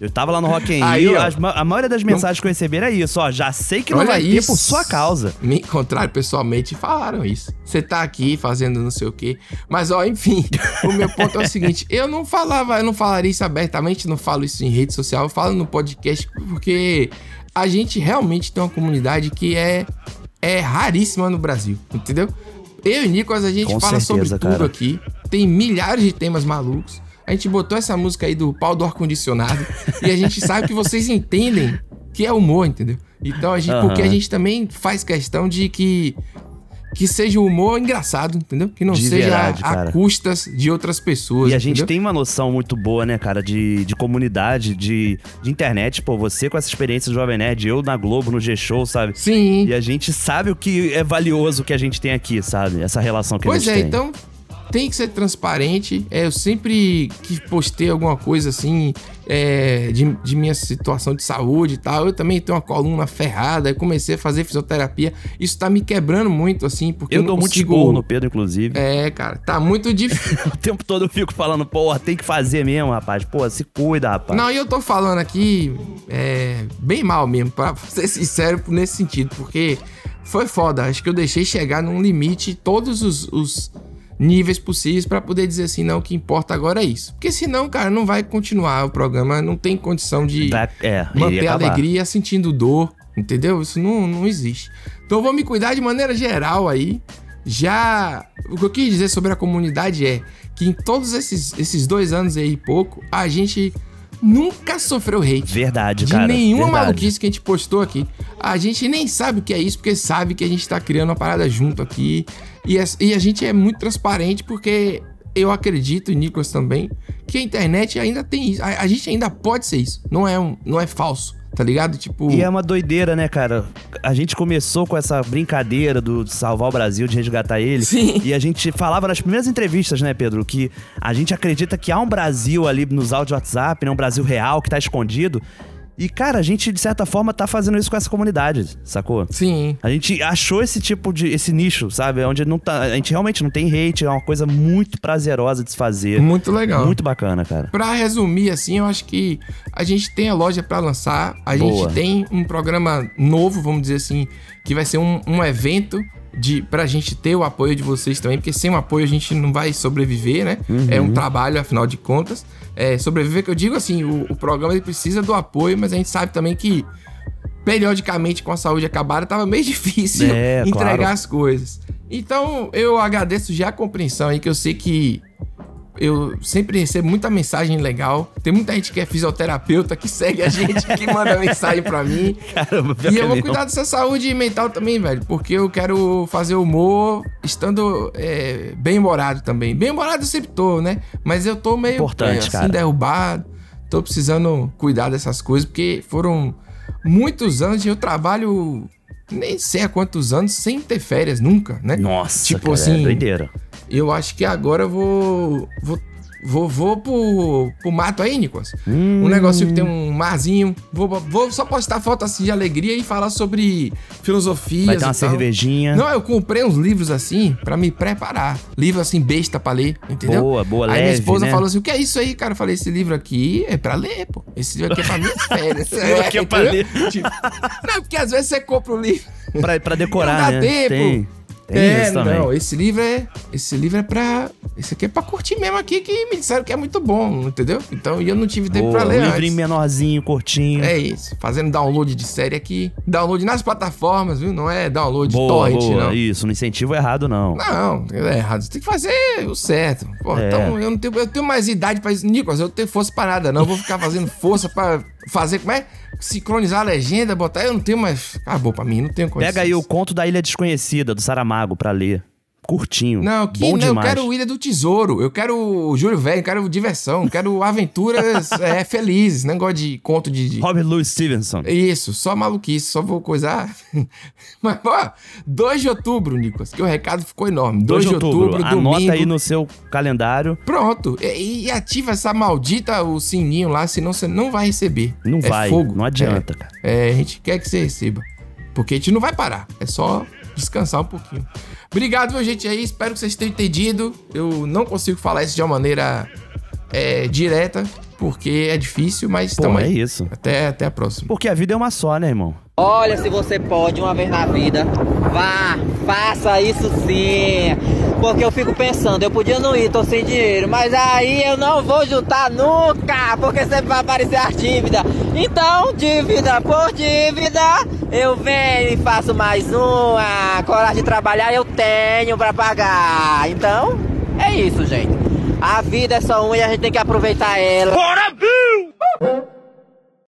S2: Eu tava lá no Rock in
S3: Aí,
S2: Rio,
S3: ó.
S2: as ma- a maioria das mensagens que eu recebi era isso, ó, já sei que não
S3: Olha
S2: vai ter
S3: isso.
S2: por sua causa.
S3: Me encontraram pessoalmente e falaram isso. Você tá aqui fazendo não sei o quê. Mas, ó, enfim, o meu ponto é o seguinte: eu não falava, eu não falaria isso abertamente, não falo isso em rede social, eu falo no podcast, porque a gente realmente tem uma comunidade que é, é raríssima no Brasil, entendeu? Eu e Nicolas, a gente
S2: Com
S3: fala sobre
S2: certeza,
S3: tudo
S2: cara.
S3: aqui. Tem milhares de temas malucos. A gente botou essa música aí do pau do ar-condicionado. e a gente sabe que vocês entendem que é humor, entendeu? Então a gente. Porque a
S2: Aham.
S3: gente também faz questão de que. Que seja o humor engraçado, entendeu? Que não
S2: De
S3: seja
S2: verdade,
S3: a,
S2: cara.
S3: custas de outras pessoas.
S2: E a gente
S3: entendeu?
S2: tem uma noção muito boa, né, cara, de, de comunidade, de, de internet. Pô, você com essa experiência do Jovem Nerd, eu na Globo, no G-Show, sabe?
S3: Sim.
S2: E a gente sabe o que é valioso que a gente tem aqui, sabe? Essa relação que
S3: Pois
S2: a gente
S3: é,
S2: tem.
S3: então tem que ser transparente. É, eu sempre que postei alguma coisa assim é, de, de minha situação de saúde e tal, eu também tenho uma coluna ferrada, eu comecei a fazer fisioterapia. Isso tá me quebrando muito, assim, porque
S2: Eu,
S3: eu,
S2: dou
S3: não
S2: muito
S3: consigo...
S2: esporro no Pedro, inclusive.
S3: É, cara, tá muito difícil.
S2: O tempo todo eu fico falando, porra, tem que fazer mesmo, rapaz. Pô, se cuida, rapaz.
S3: Não, e eu tô falando aqui é, bem mal mesmo, pra ser sincero nesse sentido, porque foi foda. Acho que eu deixei chegar num limite todos os, os níveis possíveis pra poder dizer assim, não, o que importa agora é isso. Porque senão, cara, não vai continuar o programa, não tem condição de
S2: Dá- é, e
S3: manter a
S2: acabar.
S3: alegria sentindo dor, entendeu? Isso não, não existe. Então eu vou me cuidar de maneira geral aí. Já. O que eu quis dizer sobre a comunidade é que em todos esses, esses dois anos aí e pouco, a gente nunca sofreu hate.
S2: Verdade,
S3: De
S2: cara.
S3: nenhuma
S2: verdade.
S3: maluquice que a gente postou aqui. A gente nem sabe o que é isso, porque sabe que a gente tá criando uma parada junto aqui. E, é- e a gente é muito transparente, porque eu acredito, e Nicolas também, que a internet ainda tem isso. A, a gente ainda pode ser isso. Não é, um, não é falso, tá ligado? Tipo.
S2: E é uma doideira, né, cara? A gente começou com essa brincadeira do salvar o Brasil, de resgatar ele.
S3: Sim.
S2: E a gente falava nas primeiras entrevistas, né, Pedro, que a gente acredita que há um Brasil ali nos áudios de WhatsApp, né, um Brasil real que tá escondido. E, cara, a gente, de certa forma, tá fazendo isso com essa comunidade, sacou?
S3: Sim.
S2: A gente achou esse tipo de. esse nicho, sabe? Onde não tá, a gente realmente não tem hate, é uma coisa muito prazerosa de se fazer.
S3: Muito legal.
S2: Muito bacana, cara.
S3: Pra resumir, assim, eu acho que a gente tem a loja pra lançar, a
S2: Boa.
S3: gente tem um programa novo, vamos dizer assim, que vai ser um, um evento de pra gente ter o apoio de vocês também, porque sem o apoio a gente não vai sobreviver, né? É
S2: Uhum.
S3: um trabalho, afinal de contas. É, sobreviver, que eu digo assim, o, o programa ele precisa do apoio, mas a gente sabe também que periodicamente com a saúde acabada tava meio difícil
S2: É,
S3: entregar
S2: claro.
S3: as coisas. Então, eu agradeço já a compreensão aí, que eu sei que eu sempre recebo muita mensagem legal. Tem muita gente que é fisioterapeuta, que segue a gente, que manda mensagem pra mim.
S2: Caramba,
S3: E eu vou
S2: mesmo.
S3: cuidar dessa saúde mental também, velho. Porque eu quero fazer humor estando é, bem-humorado também. Bem-humorado eu sempre tô, né? Mas eu tô meio
S2: Importante,
S3: é, assim,
S2: cara.
S3: derrubado. Tô precisando cuidar dessas coisas, porque foram muitos anos de eu trabalho, nem sei há quantos anos, sem ter férias nunca, né?
S2: Nossa, cara,
S3: Tipo
S2: é
S3: assim,
S2: doideira.
S3: Eu acho que agora eu vou. Vou, vou, vou pro, pro mato aí, Nicolas.
S2: Hum.
S3: Um negócio que tem um marzinho. Vou, vou só postar foto assim de alegria e falar sobre filosofia.
S2: Vai ter uma cervejinha.
S3: Não, eu comprei uns livros assim pra me preparar. Livro assim, besta pra ler, entendeu?
S2: Boa, boa,
S3: aí
S2: leve,
S3: minha esposa
S2: né?
S3: falou assim: o que é isso aí, cara? Eu falei, esse livro aqui é pra ler, pô. Esse livro aqui é pra minhas férias. Esse
S2: livro aqui é pra ler.
S3: Tipo, Não, porque às vezes você compra o livro
S2: Pra, pra decorar,
S3: não dá
S2: né?
S3: tempo. É,
S2: Tem, Tem isso também.
S3: não, esse livro é. Esse livro é pra. Esse aqui é pra curtir mesmo aqui, que me disseram que é muito bom, entendeu? Então, e eu não tive tempo
S2: Boa,
S3: pra ler.
S2: um
S3: antes.
S2: livrinho menorzinho, curtinho.
S3: É isso. Fazendo download de série aqui. Download nas plataformas, viu? Não é download
S2: boa,
S3: torrent,
S2: boa.
S3: não.
S2: Isso, não incentivo errado, não.
S3: Não, é errado. Você tem que fazer o certo. Pô,
S2: É.
S3: então eu não tenho, eu tenho mais idade pra isso. Nicolas, eu não tenho força pra nada, não. Eu vou ficar fazendo força pra fazer. Como é? Sincronizar a legenda, botar. Eu não tenho mais. Acabou pra mim, não tenho condições.
S2: Pega aí o conto da Ilha Desconhecida, do Saramago, pra ler. Curtinho.
S3: Não, que,
S2: Bom
S3: não eu
S2: demais.
S3: quero o Ilha do Tesouro, eu quero o Júlio Velho, eu quero diversão, eu quero aventuras é, felizes, não gosto de conto de. de-
S2: Robert Louis Stevenson.
S3: É Isso, só maluquice, só vou coisar. Mas, ó, 2 de outubro, Nicolas, que o recado ficou enorme. 2 de outubro,
S2: Anota
S3: domingo.
S2: aí no seu calendário.
S3: Pronto, e, e ativa essa maldita o sininho lá, senão você não vai receber.
S2: Não
S3: É
S2: vai,
S3: fogo.
S2: não adianta, cara.
S3: É, é, a gente quer que você receba. Porque a gente não vai parar, é só descansar um pouquinho. Obrigado, meu gente, aí. Espero que vocês tenham entendido. Eu não consigo falar isso de uma maneira é, direta, porque é difícil, mas
S2: Pô,
S3: estamos
S2: é
S3: aí.
S2: isso.
S3: Até, até a próxima.
S2: Porque a vida é uma só, né, irmão?
S8: Olha, se você pode uma vez na vida, vá, faça isso sim. Porque eu fico pensando, eu podia não ir, tô sem dinheiro, mas aí eu não vou juntar nunca, porque sempre vai aparecer a dívida. Então, dívida por dívida, eu venho e faço mais uma. Coragem de trabalhar eu tenho pra pagar. Então, é isso, gente. A vida é só uma e a gente tem que aproveitar ela.
S5: Bora, Bill!